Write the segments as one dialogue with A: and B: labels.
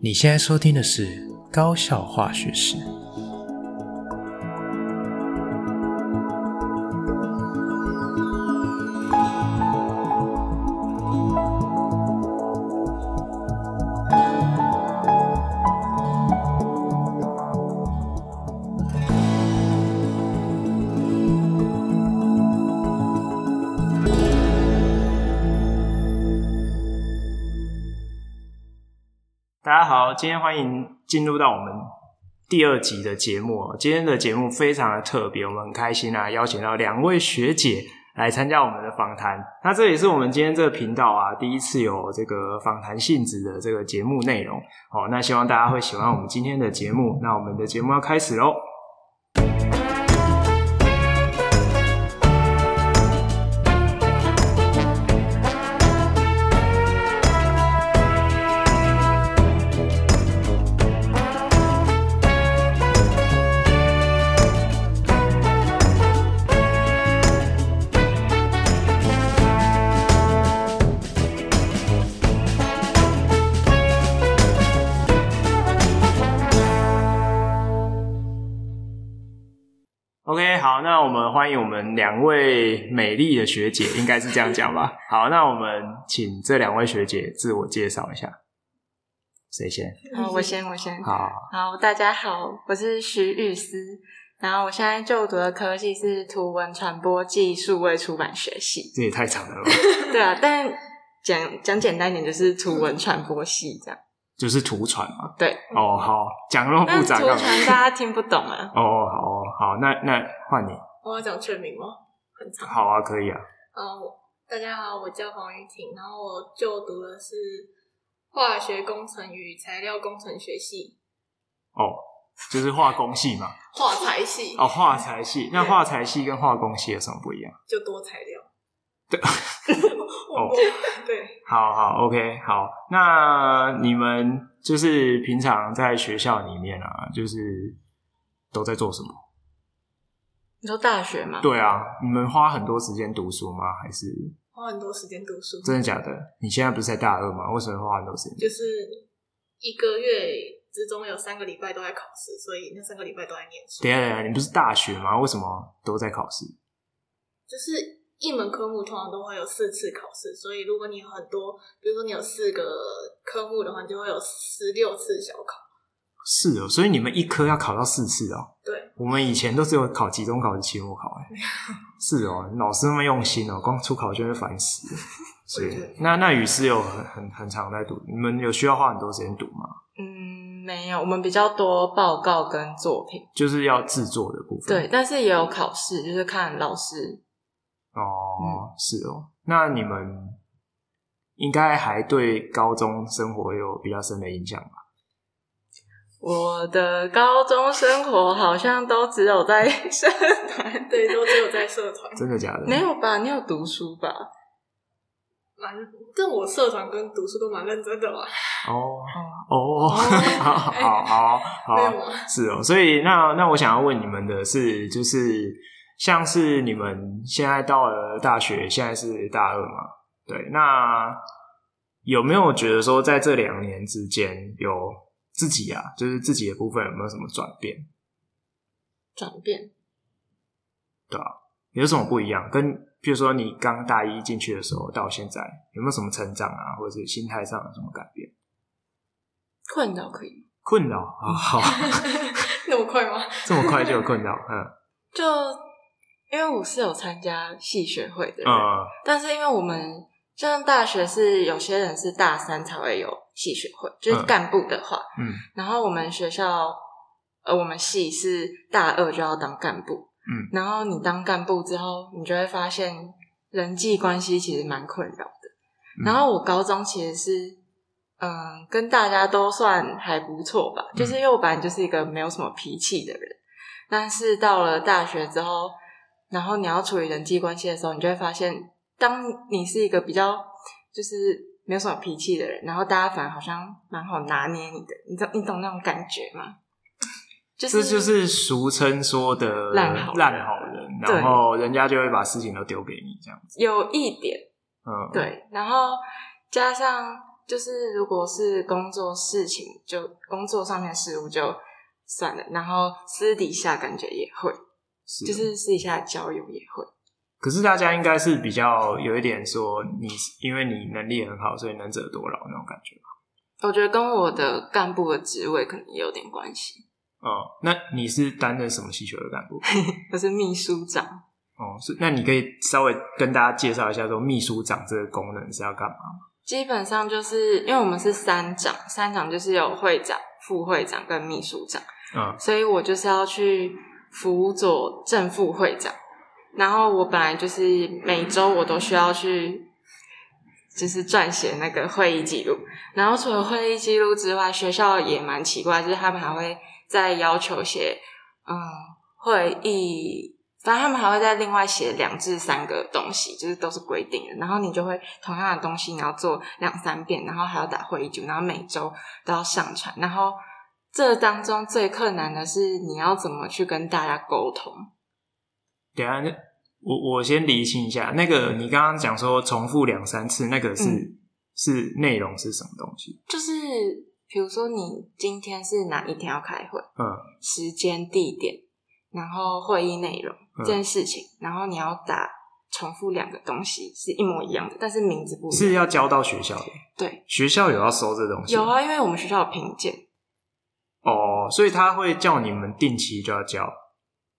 A: 你现在收听的是《高效化学史》。
B: 大家好，今天欢迎进入到我们第二集的节目哦。今天的节目非常的特别，我们很开心啊，邀请到两位学姐来参加我们的访谈。那这也是我们今天这个频道啊，第一次有这个访谈性质的这个节目内容哦。那希望大家会喜欢我们今天的节目。那我们的节目要开始喽。OK，好，那我们欢迎我们两位美丽的学姐，应该是这样讲吧？好，那我们请这两位学姐自我介绍一下，谁先？
C: 好，我先，我先。
B: 好，
C: 好，大家好，我是徐玉思，然后我现在就读的科系是图文传播技数位出版学系。
B: 这也太长了吧？
C: 对啊，但讲讲简单一点，就是图文传播系这样。
B: 就是图传嘛。
C: 对，
B: 哦，好，讲那么
C: 但
B: 复
C: 图
B: 杂干嘛？
C: 传大家听不懂啊。
B: 哦，好哦好，那那换你，
D: 我要讲全名吗？很长。
B: 好啊，可以啊。
D: 嗯，我大家好，我叫黄玉婷，然后我就读的是化学工程与材料工程学系，
B: 哦，就是化工系嘛。
D: 化材系
B: 哦，化材系，那化材系跟化工系有什么不一样？
D: 就多材料。
B: 对，
D: 我
B: 哦
D: 对，
B: 好好，OK，好。那你们就是平常在学校里面啊，就是都在做什么？
C: 你说大学吗？
B: 对啊，你们花很多时间读书吗？还是
D: 花很多时间读书，
B: 真的假的？你现在不是在大二吗？为什么花很多时间？
D: 就是一个月之中有三个礼拜都在考试，所以那三个礼拜都在念书
B: 等。一下等一下，你不是大学吗？为什么都在考试？
D: 就是一门科目通常都会有四次考试，所以如果你有很多，比如说你有四个科目的话，你就会有十六次小考。
B: 是哦，所以你们一科要考到四次哦。
D: 对，
B: 我们以前都只有考期中考和期末 考，哎，是哦，老师那么用心哦，光出考卷会烦 死。所以
D: 我觉得，
B: 那那语师有很很很常在读，你们有需要花很多时间读吗？
C: 嗯，没有，我们比较多报告跟作品。
B: 就是要制作的部分。
C: 对，，但是也有考试，就是看老师。
B: 哦，是哦，那你们应该还对高中生活有比较深的影响吧？
C: 我的高中生活好像都只有在 社团，
D: 对，都只有在社团。
B: 真的假的？
C: 没有吧？你有读书吧？
D: 蛮，但我社团跟读书都蛮认真的嘛，
B: 哦哦， 好好好
D: 没
B: 好
D: 有，吗？
B: 是哦，所以那那我想要问你们的是，就是像是你们现在到了大学，现在是大二嘛？对，那有没有觉得说在这两年之间有自己啊，就是自己的部分有没有什么转变？
C: 转变。
B: 有什么不一样？跟比如说你刚大一进去的时候到现在，有没有什么成长啊，或者是心态上有什么改变？
C: 困扰可以，
B: 困扰 啊，好，
D: 那么快吗？
B: 这么快就有困扰， 嗯
C: 就因为我是有参加系学会的人，
B: 嗯，
C: 但是因为我们像大学是有些人是大三才会有系学会，就是
B: 嗯
C: 干部的话，
B: 嗯
C: 然后我们学校呃我们系是大二就要当干部，
B: 嗯，
C: 然后你当干部之后，你就会发现人际关系其实蛮困扰的。
B: 嗯
C: 然后我高中其实是，嗯，跟大家都算还不错吧，
B: 嗯
C: 就是因为我本来就是一个没有什么脾气的人，但是到了大学之后，然后你要处理人际关系的时候，你就会发现，当你是一个比较就是没有什么脾气的人，然后大家反而好像蛮好拿捏你的，你懂你懂那种感觉吗？就是
B: 这就是俗称说的
C: 烂好人
B: 烂好人，
C: 对
B: 然后人家就会把事情都丢给你这样子，
C: 有一点。
B: 嗯，
C: 对，然后加上就是如果是工作事情，就工作上面事务就算了，然后私底下感觉也会，
B: 是啊
C: 就是私底下交友也会。
B: 可是大家应该是比较有一点说你，因为你能力很好，所以能者多劳那种感觉吧。
C: 我觉得跟我的干部的职位可能也有点关系。
B: 哦，那你是担任什么系学会 干部？
C: 我是秘书长，
B: 哦，是，那你可以稍微跟大家介绍一下，说秘书长这个功能是要干嘛吗？
C: 基本上就是因为我们是三长，三长就是有会长、副会长跟秘书长，
B: 嗯，
C: 所以我就是要去辅佐正副会长。然后我本来就是每周我都需要去，就是撰写那个会议记录。然后除了会议记录之外，学校也蛮奇怪，就是他们还会再要求写，嗯，会议，反正他们还会再另外写两至三个东西，就是都是规定的。然后你就会同样的东西，你要做两三遍，然后还要打会议记录，然后每周都要上传。然后这当中最困难的是你要怎么去跟大家沟通。
B: 等一下，那我我先理清一下，那个你刚刚讲说重复两三次，那个是、
C: 嗯
B: 是内容是什么东西？
C: 就是比如说你今天是哪一天要开会，
B: 嗯，
C: 时间、地点，然后会议内容
B: 嗯
C: 这件事情，然后你要打重复两个东西是一模一样的，但是名字不一
B: 是
C: 样。
B: 要交到学校的，
C: 对，
B: 学校有要收这东西吗
C: 有。啊，因为我们学校有评鉴，
B: 哦，所以他会叫你们定期就要交，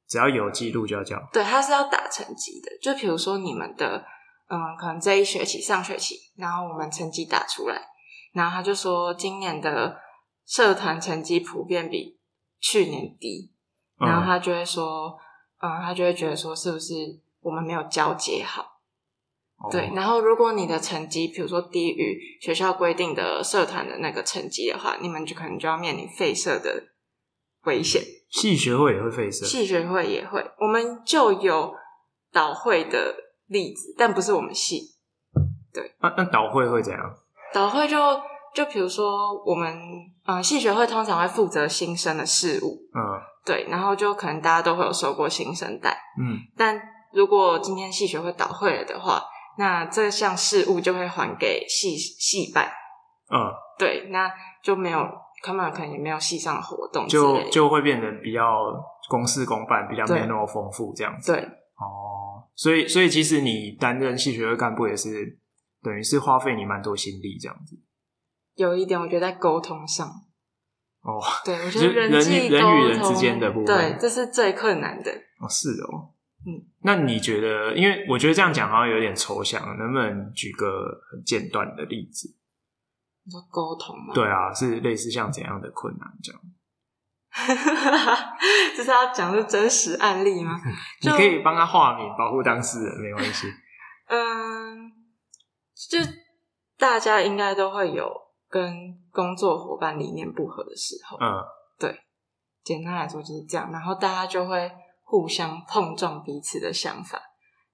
B: 只要有记录就要交。
C: 对，它是要打成绩的。就比如说你们的，嗯，可能这一学期、上学期，然后我们成绩打出来，然后他就说今年的社团成绩普遍比去年低，然后
B: 嗯，
C: 他就会说，嗯，他就会觉得说，是不是我们没有交接好？
B: 哦
C: 对。然后如果你的成绩，比如说低于学校规定的社团的那个成绩的话，你们就可能就要面临废社的危险。
B: 系学会也会费事。
C: 系学会也会，我们就有倒会的例子，但不是我们系
B: 那、那导会会怎样？
C: 倒会就就比如说我们，嗯，系学会通常会负责新生的事务，
B: 嗯
C: 对，然后就可能大家都会有收过新生代。
B: 嗯，
C: 但如果今天系学会倒会了的话，那这项事务就会还给系系办，
B: 嗯，
C: 对，那就没有他们可能也没有系上的活动之类
B: 就
C: 的
B: 就会变得比较公事公办，比较没
C: 对
B: 有那么丰富这样子。
C: 对
B: 哦，所以所以其实你担任系学会干部也是等于是花费你蛮多心力这样子。
C: 有一点，我觉得在沟通上，
B: 哦，
C: 对我觉
B: 就是
C: 得
B: 人
C: 际
B: 与
C: 沟
B: 人
C: 通
B: 与人之间的部分
C: 对，这是最困难的。
B: 哦，是哦，
C: 嗯，
B: 那你觉得？因为我觉得这样讲好像有点抽象，能不能举个很简短的例子？
C: 你说沟通吗？
B: 对，啊，是类似像怎样的困难这样？
C: 这是要讲是真实案例 吗？
B: 你
C: 就
B: 可以帮他化名，保护当事人，没关系。
C: 嗯，就大家应该都会有跟工作伙伴理念不合的时候，
B: 嗯，
C: 简单来说就是这样，然后大家就会互相碰撞彼此的想法。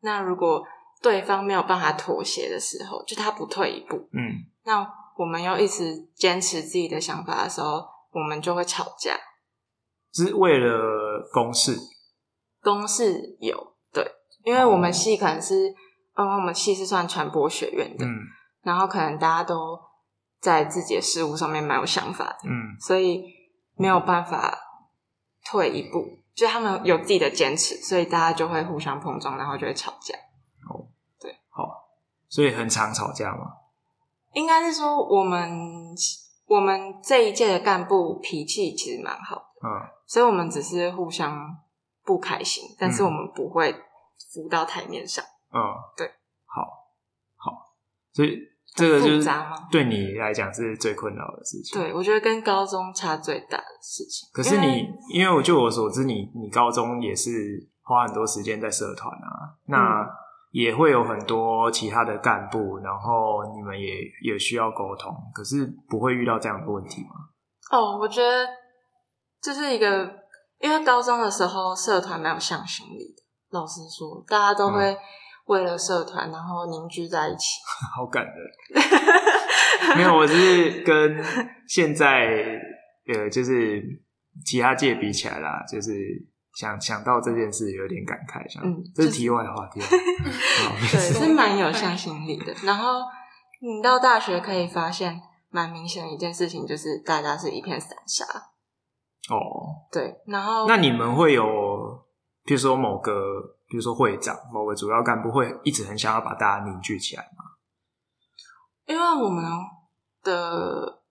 C: 那如果对方没有办法妥协的时候，就他不退一步，
B: 嗯，
C: 那我们要一直坚持自己的想法的时候，我们就会吵架。
B: 只是为了公事。
C: 公式有对，因为我们系可能是，嗯，我们系是算传播学院的，
B: 哦嗯
C: 然后可能大家都在自己的事物上面蛮有想法的，
B: 嗯
C: 所以没有办法退一步，就他们有自己的坚持，所以大家就会互相碰撞，然后就会吵架。
B: 所以很常吵架嘛。
C: 应该是说我们我们这一届的干部脾气其实蛮好的，
B: 嗯，
C: 所以我们只是互相不开心，但是
B: 嗯
C: 我们不会浮到台面上。
B: 嗯，
C: 对，
B: 好，好，所以这个就
C: 复
B: 是
C: 杂吗
B: 对你来讲是最困扰的事情。，
C: 对，我觉得跟高中差最大的事情。
B: 可是
C: 因为
B: 你，因为我就我所知你，你高中也是花很多时间在社团啊，那
C: 嗯
B: 也会有很多其他的干部，然后你们也也需要沟通，可是不会遇到这样的问题吗？
C: 哦，我觉得这是一个，因为高中的时候社团蛮有向心力的。老实说，大
B: 嗯
C: 家都会为了社团然后凝聚在一起。
B: 好感人。 没有，我是跟现在呃，就是其他界比起来啦，就是想想到这件事有点感慨，想、
C: 嗯
B: 这是
C: 就是
B: 题外话，题外话。好
C: 对，是蛮有向心力的。然后你到大学可以发现，蛮明显的一件事情，就是大家是一片散沙。
B: 哦，
C: 对，然后
B: 那你们会有，比如说某个，比如说会长、某个主要干部会一直很想要把大家凝聚起来吗？
C: 因为我们的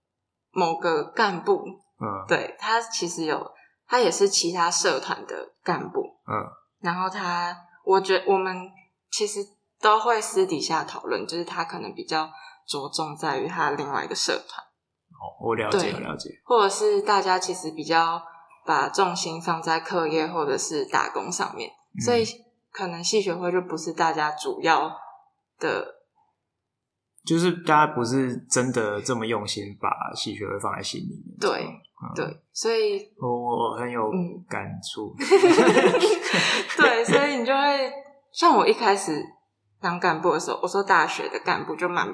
C: 某个干部，
B: 嗯
C: 对他其实有，他也是其他社团的干部，
B: 嗯，
C: 然后他，我觉我们其实都会私底下讨论，就是他可能比较着重在于他另外一个社团，
B: 哦，我了解，
C: 对
B: 我了解。
C: 或者是大家其实比较把重心放在课业或者是打工上面，
B: 嗯
C: 所以可能系学会就不是大家主要的
B: 就是大家不是真的这么用心把戏学会放在心里面。
C: 对
B: 嗯
C: 对，所以
B: 我我很有
C: 嗯
B: 感触。
C: 对，所以你就会像我一开始当干部的时候，我说大学的干部就蛮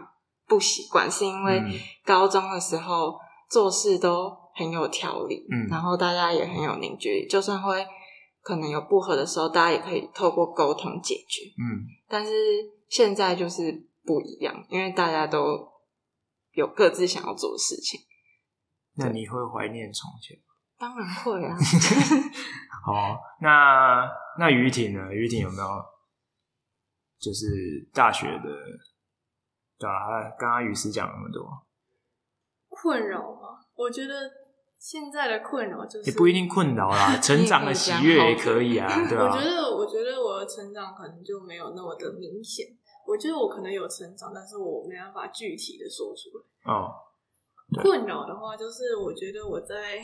C: 不习惯，是 因为
B: 嗯
C: 高中的时候做事都很有条理，
B: 嗯
C: 然后大家也很有凝聚力，就算会可能有不合的时候，大家也可以透过沟通解决。
B: 嗯，
C: 但是现在就是不一样，因为大家都有各自想要做的事情。
B: 那你会怀念从前？
C: 当然会 啊，
B: 好啊，那那于婷呢？于婷有没有就是大学的？对啊，刚刚雨师讲了那么多，
D: 困扰吗？我觉得现在的困扰就是
B: 也不一定困扰 啦，成长的喜悦也可以啊，对
D: 我
B: 啊
D: 觉，得，我觉得我的成长可能就没有那么的明显。我觉得我可能有成长，但是我没办法具体的说出来。
B: 哦，
D: 困扰的话，就是我觉得我在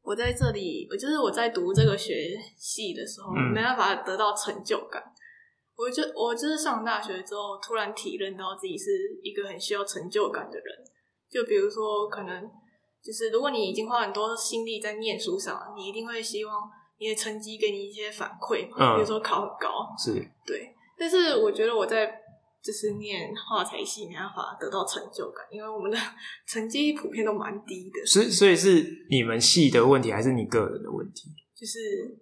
D: 我在这里，我就是我在读这个学系的时候，
B: 嗯
D: 没办法得到成就感。我就我就是上大学之后，突然体认到自己是一个很需要成就感的人。就比如说，可能就是如果你已经花很多心力在念书上，你一定会希望你的成绩给你一些反馈嘛，
B: 嗯
D: 比如说考很高，
B: 是，
D: 对。但是我觉得我在就是念化材系没办法得到成就感，因为我们的 成绩普遍都蛮低的，
B: 所以所以是你们系的问题，还是你个人的问题？
D: 就是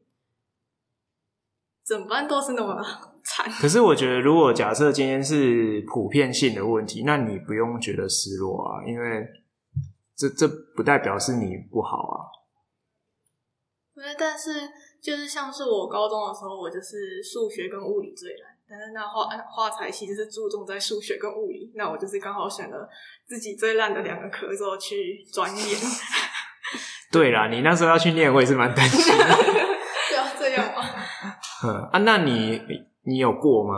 D: 整班都是那么惨。
B: 可是我觉得，如果假设今天是普遍性的问题，那你不用觉得失落啊，因为这这不代表是你不好啊。
D: 不是，但是就是像是我高中的时候，我就是数学跟物理最烂，但是那化哎化材系就是注重在数学跟物理，那我就是刚好选了自己最烂的两个科之后去专业，
B: 对啦，你那时候要去念，我也是蛮担心 的。
D: 不要这样嘛。
B: 嗯啊，那你你有过吗？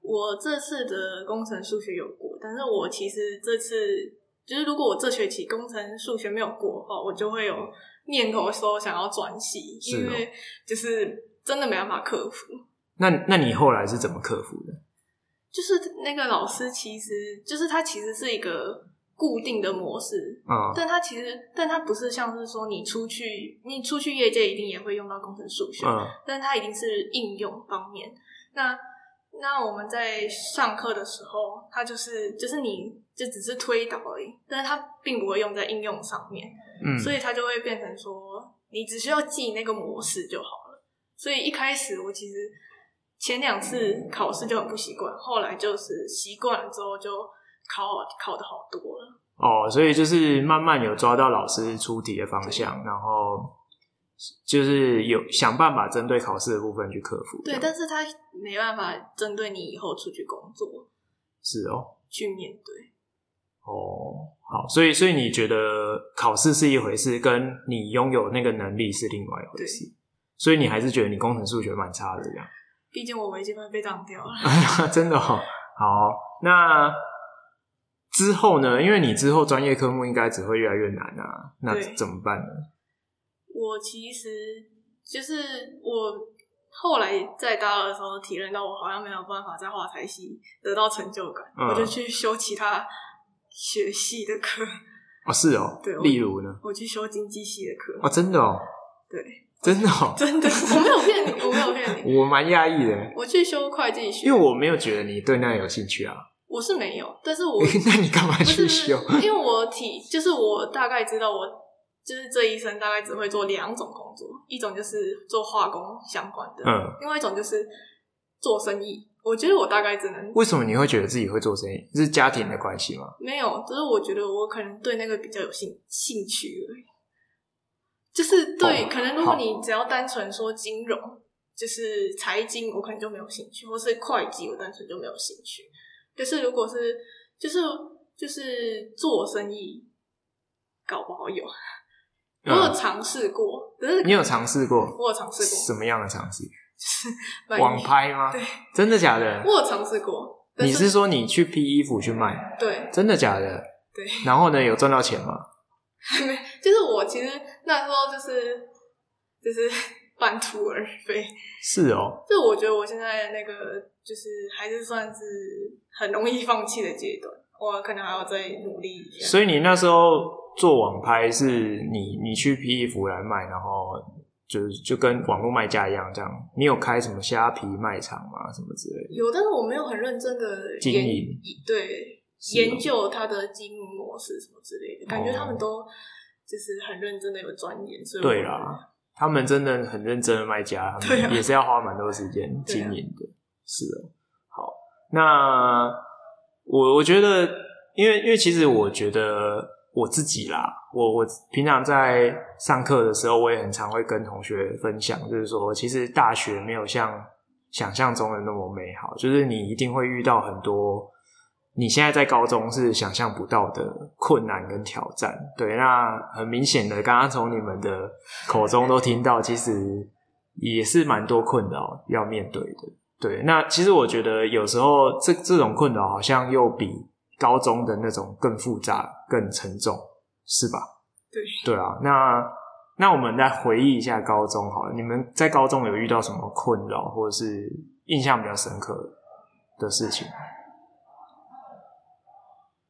D: 我这次的工程数学有过，但是我其实这次就是如果我这学期工程数学没有过的话，我就会有念头说想要转系，
B: 是哦
D: 因为就是真的没办法克服。
B: 那那你后来是怎么克服的？
D: 就是那个老师，其实就是他其实是一个固定的模式，
B: 啊、
D: 但他其实但他不是像是说你出去你出去业界一定也会用到工程数学，
B: 嗯
D: 但它一定是应用方面。那那我们在上课的时候，它就是就是你就只是推导而已，但是它并不会用在应用上面。
B: 嗯，
D: 所以它就会变成说，你只需要记那个模式就好了。所以一开始我其实前两次考试就很不习惯，后来就是习惯了之后就考考的好多了。
B: 哦，所以就是慢慢有抓到老师出题的方向，然后就是有想办法针对考试的部分去克服。
D: 对，但是它没办法针对你以后出去工作
B: 是哦，
D: 去面对。
B: 哦，好，所以所以你觉得考试是一回事，跟你拥有那个能力是另外一回事，所以你还是觉得你工程数学蛮差的这样。
D: 毕竟我微积分被挡掉了。
B: 真的哦，好，那之后呢？因为你之后专业科目应该只会越来越难啊，那
D: 对
B: 怎么办呢？
D: 我其实就是我后来在大二的时候体认到，我好像没有办法在化材系得到成就感，
B: 嗯
D: 我就去修其他学系的课，
B: 哦，是哦
D: 对，我
B: 例如呢？
D: 我去修经济系的课。
B: 哦，真的哦，
D: 对，
B: 真的哦，
D: 真的，我没有骗你，我没有骗 你，
B: 我蛮讶异的，
D: 我去修会计学，
B: 因为我没有觉得你对那有兴趣啊，
D: 我是没有，但是我
B: 那你干嘛
D: 不
B: 去
D: 是
B: 修？
D: 不是因为我体就是我大概知道我。就是这一生大概只会做两种工作，一种就是做化工相关的，
B: 嗯
D: 另外一种就是做生意。我觉得我大概只能
B: 为什么你会觉得自己会做生意？是家庭的关系吗？
D: 没有，只是我觉得我可能对那个比较有兴兴趣而已。就是对，
B: 哦
D: 可能如果
B: 好
D: 你只要单纯说金融，就是财经，我可能就没有兴趣，或是会计，我单纯就没有兴趣。就是如果是就是就是做生意，搞不好有，我
B: 嗯
D: 有尝试过，只是
B: 你有尝试过
D: 我有尝试
B: 什
D: 过
B: 么样的尝试？
D: 卖
B: 网
D: 衣
B: 拍吗？
D: 对，
B: 真的假的？
D: 我有尝试过，但
B: 你是说你去批衣服去卖？
D: 对
B: 真的假的？
D: 对，
B: 然后呢，有赚到钱吗？
D: 就是我其实那时候就是就是 半途而废，
B: 是哦，
D: 就我觉得我现在那个就是还是算是很容易放弃的阶段，我可能还要再努力一下。
B: 所以你那时候做网拍是你你去批衣服来卖，然后就是就跟网络卖家一样这样。你有开什么虾皮卖场吗？什么之类的？
D: 有，但是我没有很认真的
B: 经
D: 研
B: 营
D: 对
B: 是
D: 研
B: 哦
D: 究它的经营模式什么之类的，感觉
B: 哦
D: 他们都就是很认真的有钻研，所以我
B: 对啦，他们真的很认真的卖家，他
D: 对啊啊
B: 们也是要花蛮多时间经营的。是哦，好，那我我觉得，因为因为其实我觉得我自己啦，我我平常在上课的时候，我也很常会跟同学分享，就是说，其实大学没有像想象中的那么美好，就是你一定会遇到很多你现在在高中是想象不到的困难跟挑战。对，那很明显的，刚刚从你们的口中都听到，其实也是蛮多困扰要面对的。对，那其实我觉得有时候这这种困扰好像又比高中的那种更复杂、更沉重，是吧？
D: 对
B: 对啊，那那我们再回忆一下高中好了，你们在高中有遇到什么困扰，或者是印象比较深刻的事情？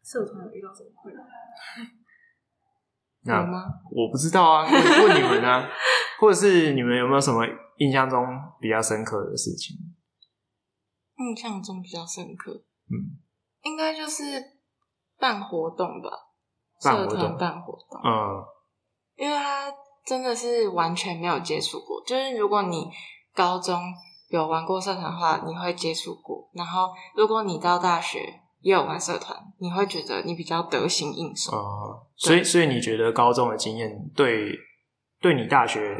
D: 社团有遇到什么困扰？
B: 那
C: 有吗？
B: 我不知道啊，问问你们啊，或者是你们有没有什么印象中比较深刻的事情？
C: 印象中比较深刻，
B: 嗯，
C: 应该就是办活动吧，
B: 办活
C: 社
B: 动
C: 团办活动，
B: 嗯，
C: 因为他真的是完全没有接触过。就是如果你高中有玩过社团的话，你会接触过；然后如果你到大学也有玩社团，你会觉得你比较得心应手。
B: 哦，所以所以你觉得高中的经验对对你大学，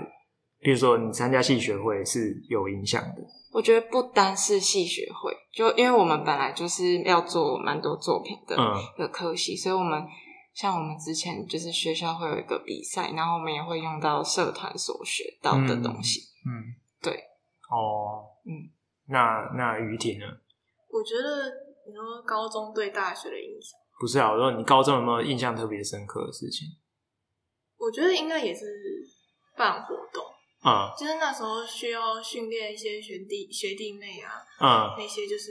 B: 比如说你参加系学会是有影响的？
C: 我觉得不单是系学会，就因为我们本来就是要做蛮多作品的
B: 嗯
C: 一个科系，所以我们像我们之前就是学校会有一个比赛，然后我们也会用到社团所学到的东西。
B: 嗯，
C: 对，
B: 哦，
C: 嗯，
B: 那那于婷呢？
D: 我觉得你说高中对大学的影响。
B: 不是啊，我说你高中有没有印象特别深刻的事情？
D: 我觉得应该也是办活动，
B: 嗯
D: 就是那时候需要训练一些学弟学弟妹啊，
B: 嗯
D: 那些就是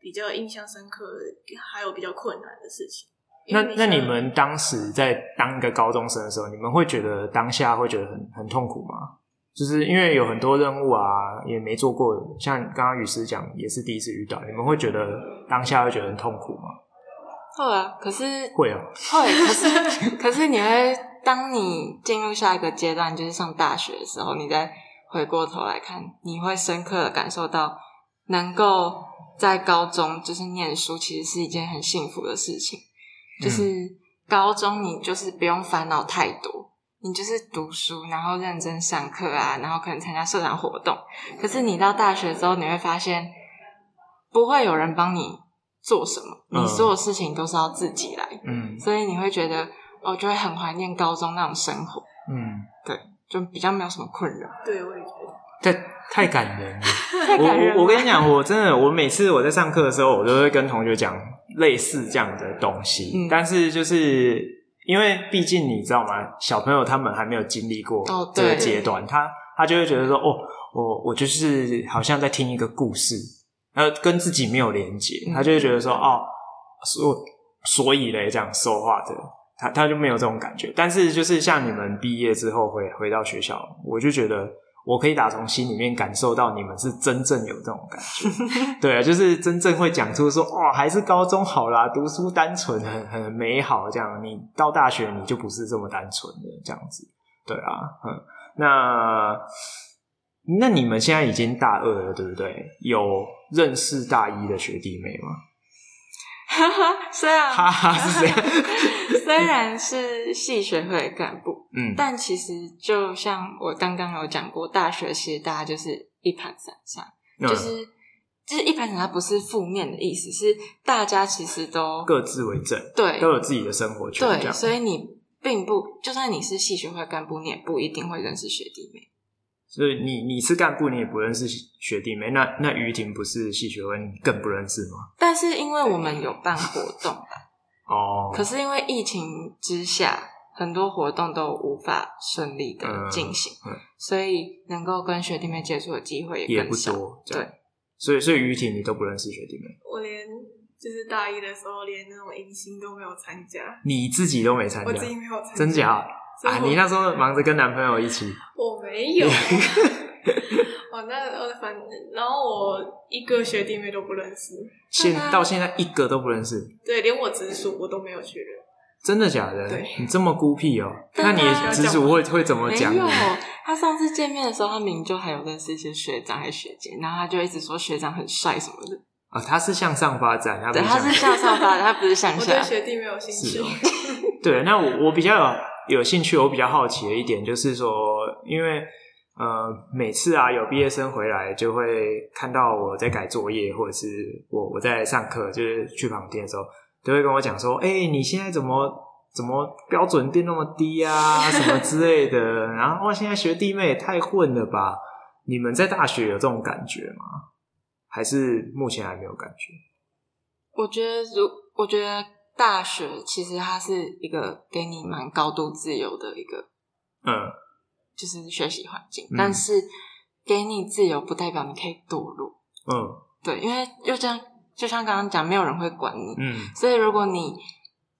D: 比较印象深刻，还有比较困难的事情。因
B: 那
D: 为
B: 那
D: 像
B: 你们当时在当一个高中生的时候，你们会觉得当下会觉得很很痛苦吗？就是因为有很多任务啊，也没做过，像刚刚雨师讲，也是第一次遇到，你们会觉得当下会觉得很痛苦吗？
C: 会啊，可是
B: 会哦、
C: 会，可是可是你会，当你进入下一个阶段，就是上大学的时候，你再回过头来看，你会深刻的感受到，能够在高中就是念书，其实是一件很幸福的事情。就是高中你就是不用烦恼太多，你就是读书，然后认真上课啊，然后可能参加社团活动。可是你到大学之后，你会发现不会有人帮你做什么，
B: 嗯
C: 你所有事情都是要自己来。
B: 嗯
C: 所以你会觉得，哦，就会很怀念高中那种生活，
B: 嗯，
C: 就比较没有什么困扰。
D: 对我也觉得，
B: 太太感人了。
C: 太
B: 我
C: 感人
B: 我我
C: 了
B: 跟你讲，我真的，我每次我在上课的时候，我都会跟同学讲类似这样的东西。
C: 嗯
B: 但是就是因为毕竟你知道吗，小朋友他们还没有经历过
C: 哦
B: 这个
C: 对
B: 阶段，他他就会觉得说，哦，我我就是好像在听一个故事，然后跟自己没有连接，
C: 嗯
B: 他就会觉得说，哦，所所以嘞，这样说话的。他他就没有这种感觉，但是就是像你们毕业之后回回到学校，我就觉得我可以打从心里面感受到你们是真正有这种感觉，对啊，就是真正会讲出说哦，还是高中好啦，读书单纯很很美好这样，你到大学你就不是这么单纯的这样子，对啊，嗯，那那你们现在已经大二了，对不对？有认识大一的学弟妹吗？
C: 哈哈，虽然
B: 哈哈是这 样
C: 虽然是系学会干部，
B: 嗯，
C: 但其实就像我刚刚有讲过，大学其实大家就是一盘散沙，
B: 嗯
C: 就是就是一盘散沙不是负面的意思，是大家其实都
B: 各自为政，
C: 对
B: 都有自己的生活圈，这
C: 对，
B: 样
C: 所以你并不就算你是系学会干部，你也不一定会认识学弟妹。
B: 所以你你是干部，你也不认识学弟妹。那那于婷不是系学会，你更不认识吗？
C: 但是因为我们有办活动，
B: 哦，
C: 可是因为疫情之下，很多活动都无法顺利的进行，
B: 嗯嗯
C: 所以能够跟学弟妹接触的机会
B: 也
C: 更
B: 不
C: 少。
B: 多，这样
C: 对。
B: 所以所以于婷你都不认识学弟妹，
D: 我连就是大一的时候，连那种迎新都没有参加，
B: 你自己都没参
D: 我
B: 加，
D: 自己没有参加，
B: 真假
D: 所以
B: 啊？
D: 我
B: 你那时候忙着跟男朋友一起，
D: 我没 有。我那我反正，然后我一个学弟妹都不认识，
B: 现
C: 拜拜
B: 到现在一个都不认识，
D: 对，连我直属我都没有去认。
B: 真的假的
D: 对？
B: 你这么孤僻哦？那
C: 真
B: 你
C: 的啊
B: 直属会会怎么
C: 没
B: 讲你
C: 有？，他上次见面的时候，他明明就还有认识一些学长还学姐，然后他就一直说学长很帅什么的。
B: 啊，他是向上发展，他不
C: 对，他
B: 向
C: 是向上发展，他不是向
D: 我
C: 下
D: 对。学弟没有兴
B: 是
D: 趣
B: 哦。对，那我我比较有有兴趣，我比较好奇的一点就是说，因为呃，每次啊有毕业生回来，就会看到我在改作业，或者是我我在上课，就是去旁听的时候，都会跟我讲说，哎、你现在怎么？怎么标准变那么低啊？什么之类的，然后哇，现在学弟妹也太混了吧！你们在大学有这种感觉吗？还是目前还没有感觉？
C: 我觉得如我觉得大学其实它是一个给你蛮高度自由的一个
B: 嗯，
C: 就是学习环境，
B: 嗯
C: 但是给你自由不代表你可以堕落。
B: 嗯
C: 对，因为就这样，就像刚刚讲，没有人会管你，
B: 嗯，
C: 所以如果你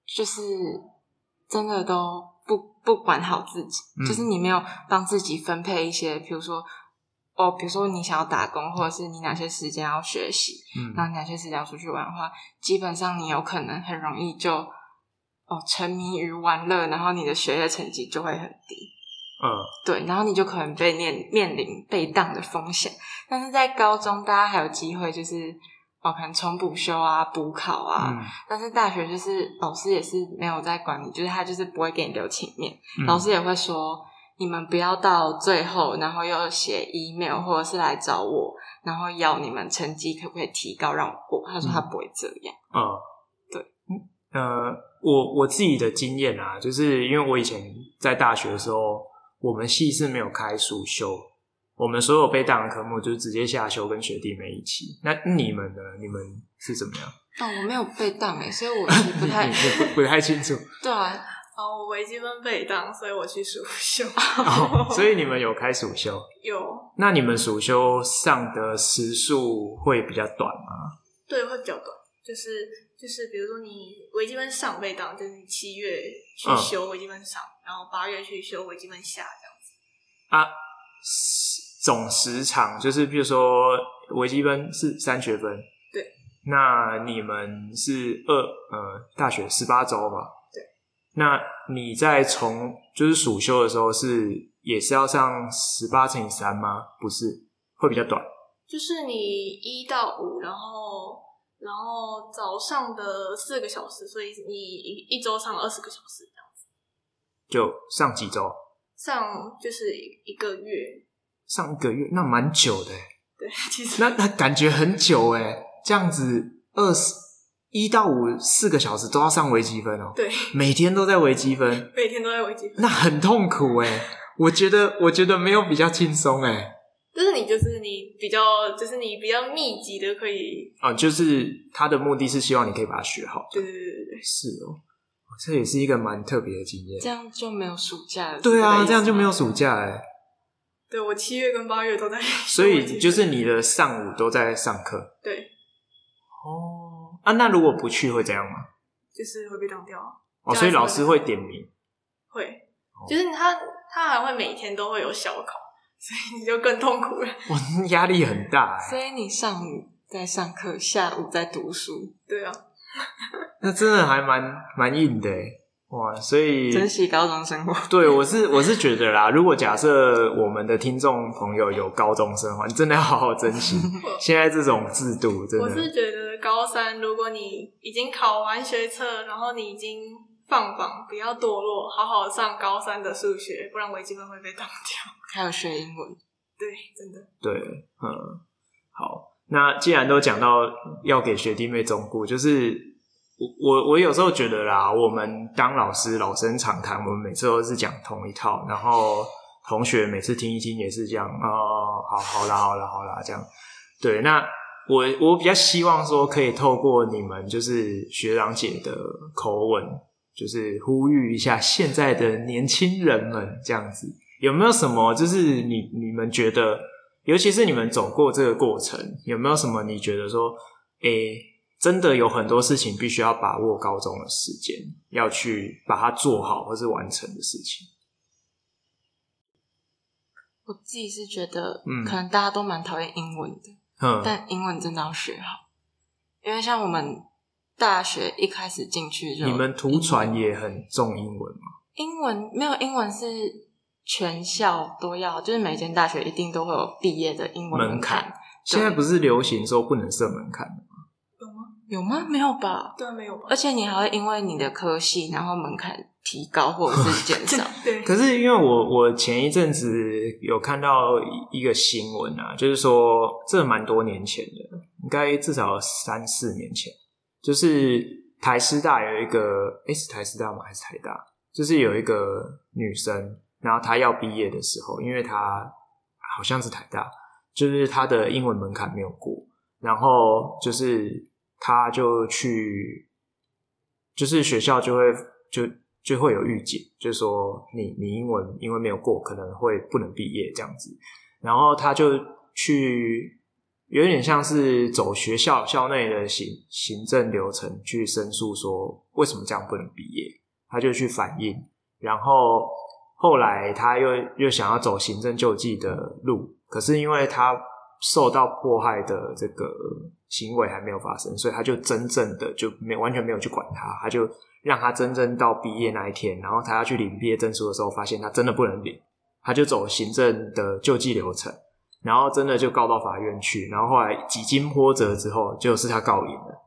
C: 就是真的都不不管好自己，
B: 嗯
C: 就是你没有帮自己分配一些，比如说哦，比如说你想要打工，或者是你哪些时间要学习，
B: 嗯
C: 然后你哪些时间要出去玩的话，基本上你有可能很容易就哦沉迷于玩乐，然后你的学业成绩就会很低。
B: 嗯，
C: 对，然后你就可能被面面临被当的风险。但是在高中，大家还有机会，就是哦，可能重补修啊、补考啊。
B: 嗯
C: 但是大学就是老师也是没有在管你，就是他就是不会给你留情面，
B: 嗯
C: 老师也会说你们不要到最后，然后又写 email 或者是来找我，然后要你们成绩可不可以提高让我过。他说他不会这样，
B: 嗯，
C: 对，
B: 呃，我我自己的经验啊，就是因为我以前在大学的时候，我们系是没有开暑修，我们所有被当的科目就是直接下修，跟学弟妹一起。那你们呢？你们是怎么样？
C: 但、哦我没有被当哎、所以我是不 太
B: 你你不不太清楚、
C: 对啊，
D: 哦，我微积分被当，所以我去暑修。
B: 哦，所以你们有开暑修。
D: 有，
B: 那你们暑修上的时数会比较短吗？
D: 对，会比较短，就是就是，比如说你微积分上被当，就是你七月去
B: 嗯
D: 修微积分上，然后八月去修微积分下这样。
B: 时总时长就是，比如说微积分是三学分，
D: 对。
B: 那你们是二呃大学十八周吧？
D: 对。
B: 那你在从就是暑修的时候是也是要上十八乘以三吗？不是，会比较短。
D: 就是你一到五，然后然后早上的四个小时，所以你一一周上二十个小时这样，
B: 就上几周？
D: 上就是一一个月。
B: 上一个月，那蛮久的欸。
D: 对，其实
B: 那那感觉很久哎，这样子二十一到五四个小时都要上微积分哦，
D: 对，
B: 每天都在微积分，
D: 每天都在微积分，
B: 那很痛苦哎、我觉得，我觉得没有比较轻松哎。
D: 就是你就是你比较就是你比较密集的可以，
B: 啊，就是他的目的是希望你可以把它学好。
D: 对对对对对，
B: 是哦，这也是一个蛮特别的经验
C: 这。样就没有暑假了。
B: 对
C: 是
B: 啊，
C: 意思
B: 这样就
C: 吗
B: 没有暑假哎，
D: 对我七月跟八月都在修微积分，
B: 所以就是你的上午都在上课
D: 对，
B: 哦。啊，那如果不去会怎样吗？
D: 就是会被当掉，啊
C: 啊
B: 哦，所以老师会点名
D: 会，
B: 哦
D: 就是他他还会每天都会有小考，所以你就更痛苦了。
B: 哇，压力很大哎。
C: 所以你上午在上课，下午在读书，
D: 对啊，
B: 那真的还蛮蛮硬的欸，哇，所以
C: 珍惜高中生活。
B: 对，我是我是觉得啦，如果假设我们的听众朋友有高中生的话，你真的要好好珍惜现在这种制度，真
D: 我
B: 的
D: 是觉得高三，如果你已经考完学测，然后你已经放榜，不要堕落，好好上高三的数学，不然微积分会被挡掉。
C: 还有学英文，
D: 对，真的。
B: 对，嗯，好。那既然都讲到要给学弟妹忠顾，就是我我我有时候觉得啦，我们当老师老生常谈，我们每次都是讲同一套，然后同学每次听一听也是这样，哦，好好啦，好啦，好啦，这样。对，那我我比较希望说，可以透过你们就是学长姐的口吻，就是呼吁一下现在的年轻人们这样子，有没有什么就是你你们觉得，尤其是你们走过这个过程，有没有什么你觉得说，诶、真的有很多事情必须要把握高中的时间，要去把它做好或是完成的事情。
C: 我自己是觉得，
B: 嗯
C: 可能大家都蛮讨厌英文的，
B: 嗯，
C: 但英文真的要学好，因为像我们大学一开始进去就
B: 你们图传也很重英文嘛？
C: 英文没有英文是全校都要，就是每间大学一定都会有毕业的英文
B: 门
C: 槛，
B: 现在不是流行说不能设门槛吗
D: 有吗？
C: 有吗？没有吧？
D: 对，啊没有吧
C: 而？且你还会因为你的科系，然后门槛提高或者是 减少。
D: 对，
B: 可是因为我我前一阵子有看到一个新闻啊，就是说这蛮多年前的，应该至少三四年前，就是台师大有一个，诶是台师大吗？还是台大？就是有一个女生，然后她要毕业的时候，因为她好像是台大，就是她的英文门槛没有过，然后就是她就去，就是学校就会就就会有预警，就说你你英文因为没有过，可能会不能毕业这样子。然后他就去，有点像是走学校校内的行行政流程去申诉，说为什么这样不能毕业？他就去反映，然后后来他又又想要走行政救济的路，可是因为他受到迫害的这个行为还没有发生，所以他就真正的就没完全没有去管他，他就让他真正到毕业那一天，然后他要去领毕业证书的时候，发现他真的不能领，他就走行政的救济流程，然后真的就告到法院去，然后后来几经波折之后，就是他告赢了。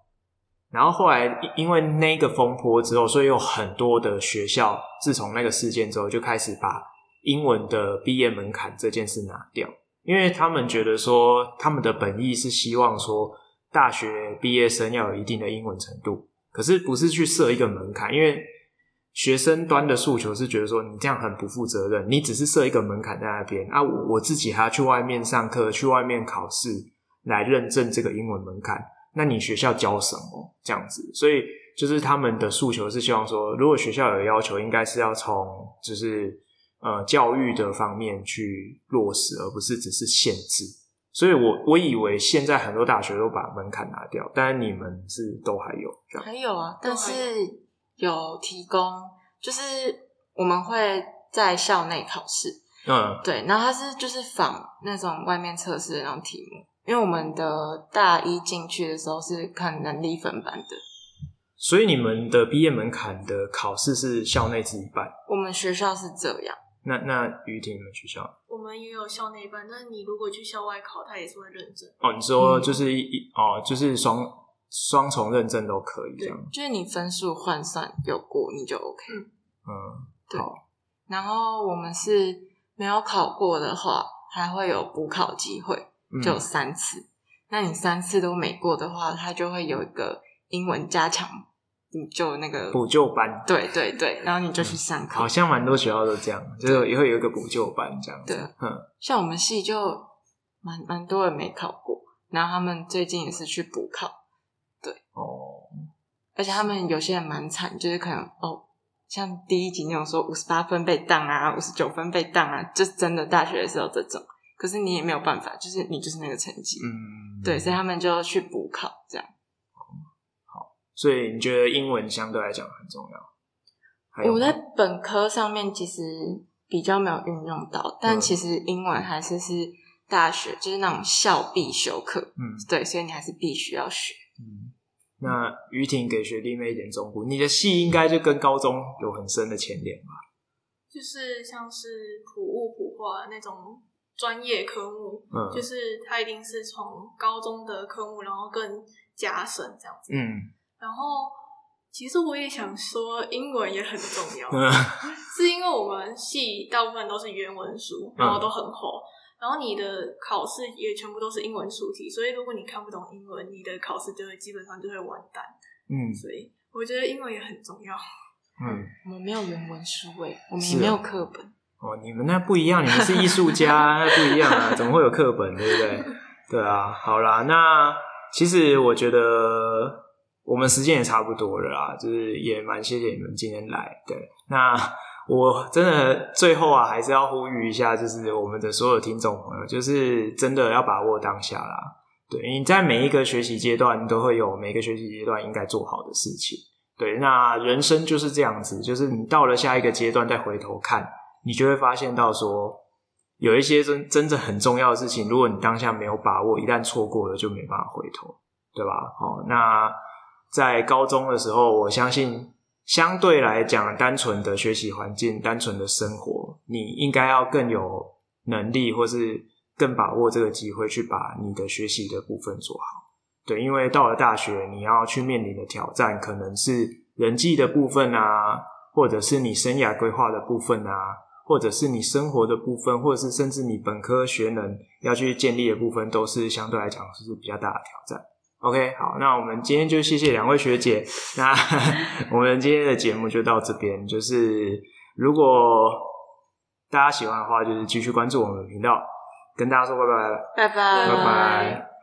B: 然后后来因因为那个风波之后，所以有很多的学校自从那个事件之后，就开始把英文的毕业门槛这件事拿掉，因为他们觉得说他们的本意是希望说大学毕业生要有一定的英文程度，可是不是去设一个门槛，因为学生端的诉求是觉得说你这样很不负责任，你只是设一个门槛在那边啊，我我自己还要去外面上课，去外面考试来认证这个英文门槛，那你学校教什么这样子？所以就是他们的诉求是希望说，如果学校有要求，应该是要从就是呃教育的方面去落实，而不是只是限制。所以我我以为现在很多大学都把门槛拿掉，但是你们是都还有这样，
C: 还有啊，
D: 都
C: 但
D: 还有
C: 是有提供，就是我们会在校内考试，
B: 嗯
C: 对，然后它是就是仿那种外面测试的那种题目，因为我们的大一进去的时候是看能力分班的，
B: 所以你们的毕业门槛的考试是校内自己办，
C: 我们学校是这样，
B: 那那于婷你们学校
D: 我们也有校内班，但是你如果去校外考，他也是会认证。
B: 哦，你说就是一、一哦，就是双双重认证都可以这样，
C: 就是你分数换算有过你就 OK，
B: 嗯，
C: 对
B: 好，
C: 然后我们是没有考过的话，还会有补考机会，
B: 嗯
C: 就有三次。那你三次都没过的话，它就会有一个英文加强，你就那个
B: 嗯补救班，
C: 对对对，然后你就去上课。
B: 嗯好像蛮多学校都这样，就是也会有一个补救班这样子，
C: 对
B: 嗯，
C: 像我们系就蛮蛮多人没考过，然后他们最近也是去补考，
B: 哦，
C: 而且他们有些人蛮惨，就是可能哦，像第一集那种说五十八分被当啊，五十九分被当啊，就是真的大学的时候这种，可是你也没有办法，就是你就是那个成绩，
B: 嗯，
C: 对，所以他们就去补考，这样。
B: 所以你觉得英文相对来讲很重要？还有
C: 我
B: 吗
C: 在本科上面其实比较没有运用到，
B: 嗯
C: 但其实英文还是是大学就是那种校必修课，
B: 嗯
C: 对，所以你还是必须要学。
B: 嗯，那于婷给学弟妹一点忠告，你的戏应该就跟高中有很深的牵连吧？
D: 就是像是普物普化那种专业科目，
B: 嗯
D: 就是它一定是从高中的科目，然后更加深这样子。
B: 嗯
D: 然后其实我也想说，英文也很重要，
B: 嗯
D: 是因为我们系大部分都是原文书，然
B: 嗯
D: 后都很厚，然后你的考试也全部都是英文出题，所以如果你看不懂英文，你的考试就会基本上就会完蛋。
B: 嗯
D: 所以我觉得英文也很重要。
B: 嗯，
C: 我们没有原文书诶，我们
B: 是
C: 也
B: 啊
C: 没有课本。
B: 哦，你们那不一样，你们是艺术家，那不一样啊，怎么会有课本，对不对？对啊，好啦，那其实我觉得我们时间也差不多了啦，就是也蛮谢谢你们今天来的。那我真的最后啊，还是要呼吁一下，就是我们的所有听众朋友，就是真的要把握当下啦。对，你在每一个学习阶段，你都会有每个学习阶段应该做好的事情。对，那人生就是这样子，就是你到了下一个阶段再回头看，你就会发现到说，有一些真真正很重要的事情，如果你当下没有把握，一旦错过了就没办法回头，对吧？哦，那在高中的时候，我相信相对来讲，单纯的学习环境、单纯的生活，你应该要更有能力，或是更把握这个机会，去把你的学习的部分做好。对，因为到了大学，你要去面临的挑战可能是人际的部分啊，或者是你生涯规划的部分啊，或者是你生活的部分，或者是甚至你本科学能要去建立的部分，都是相对来讲是比较大的挑战。OK，好，那我们今天就谢谢两位学 姐。那我们今天的节目就到这边，就是如果大家喜欢的话，就是继续关注我们的频道，跟大家说拜拜，
C: 拜拜
B: 拜拜。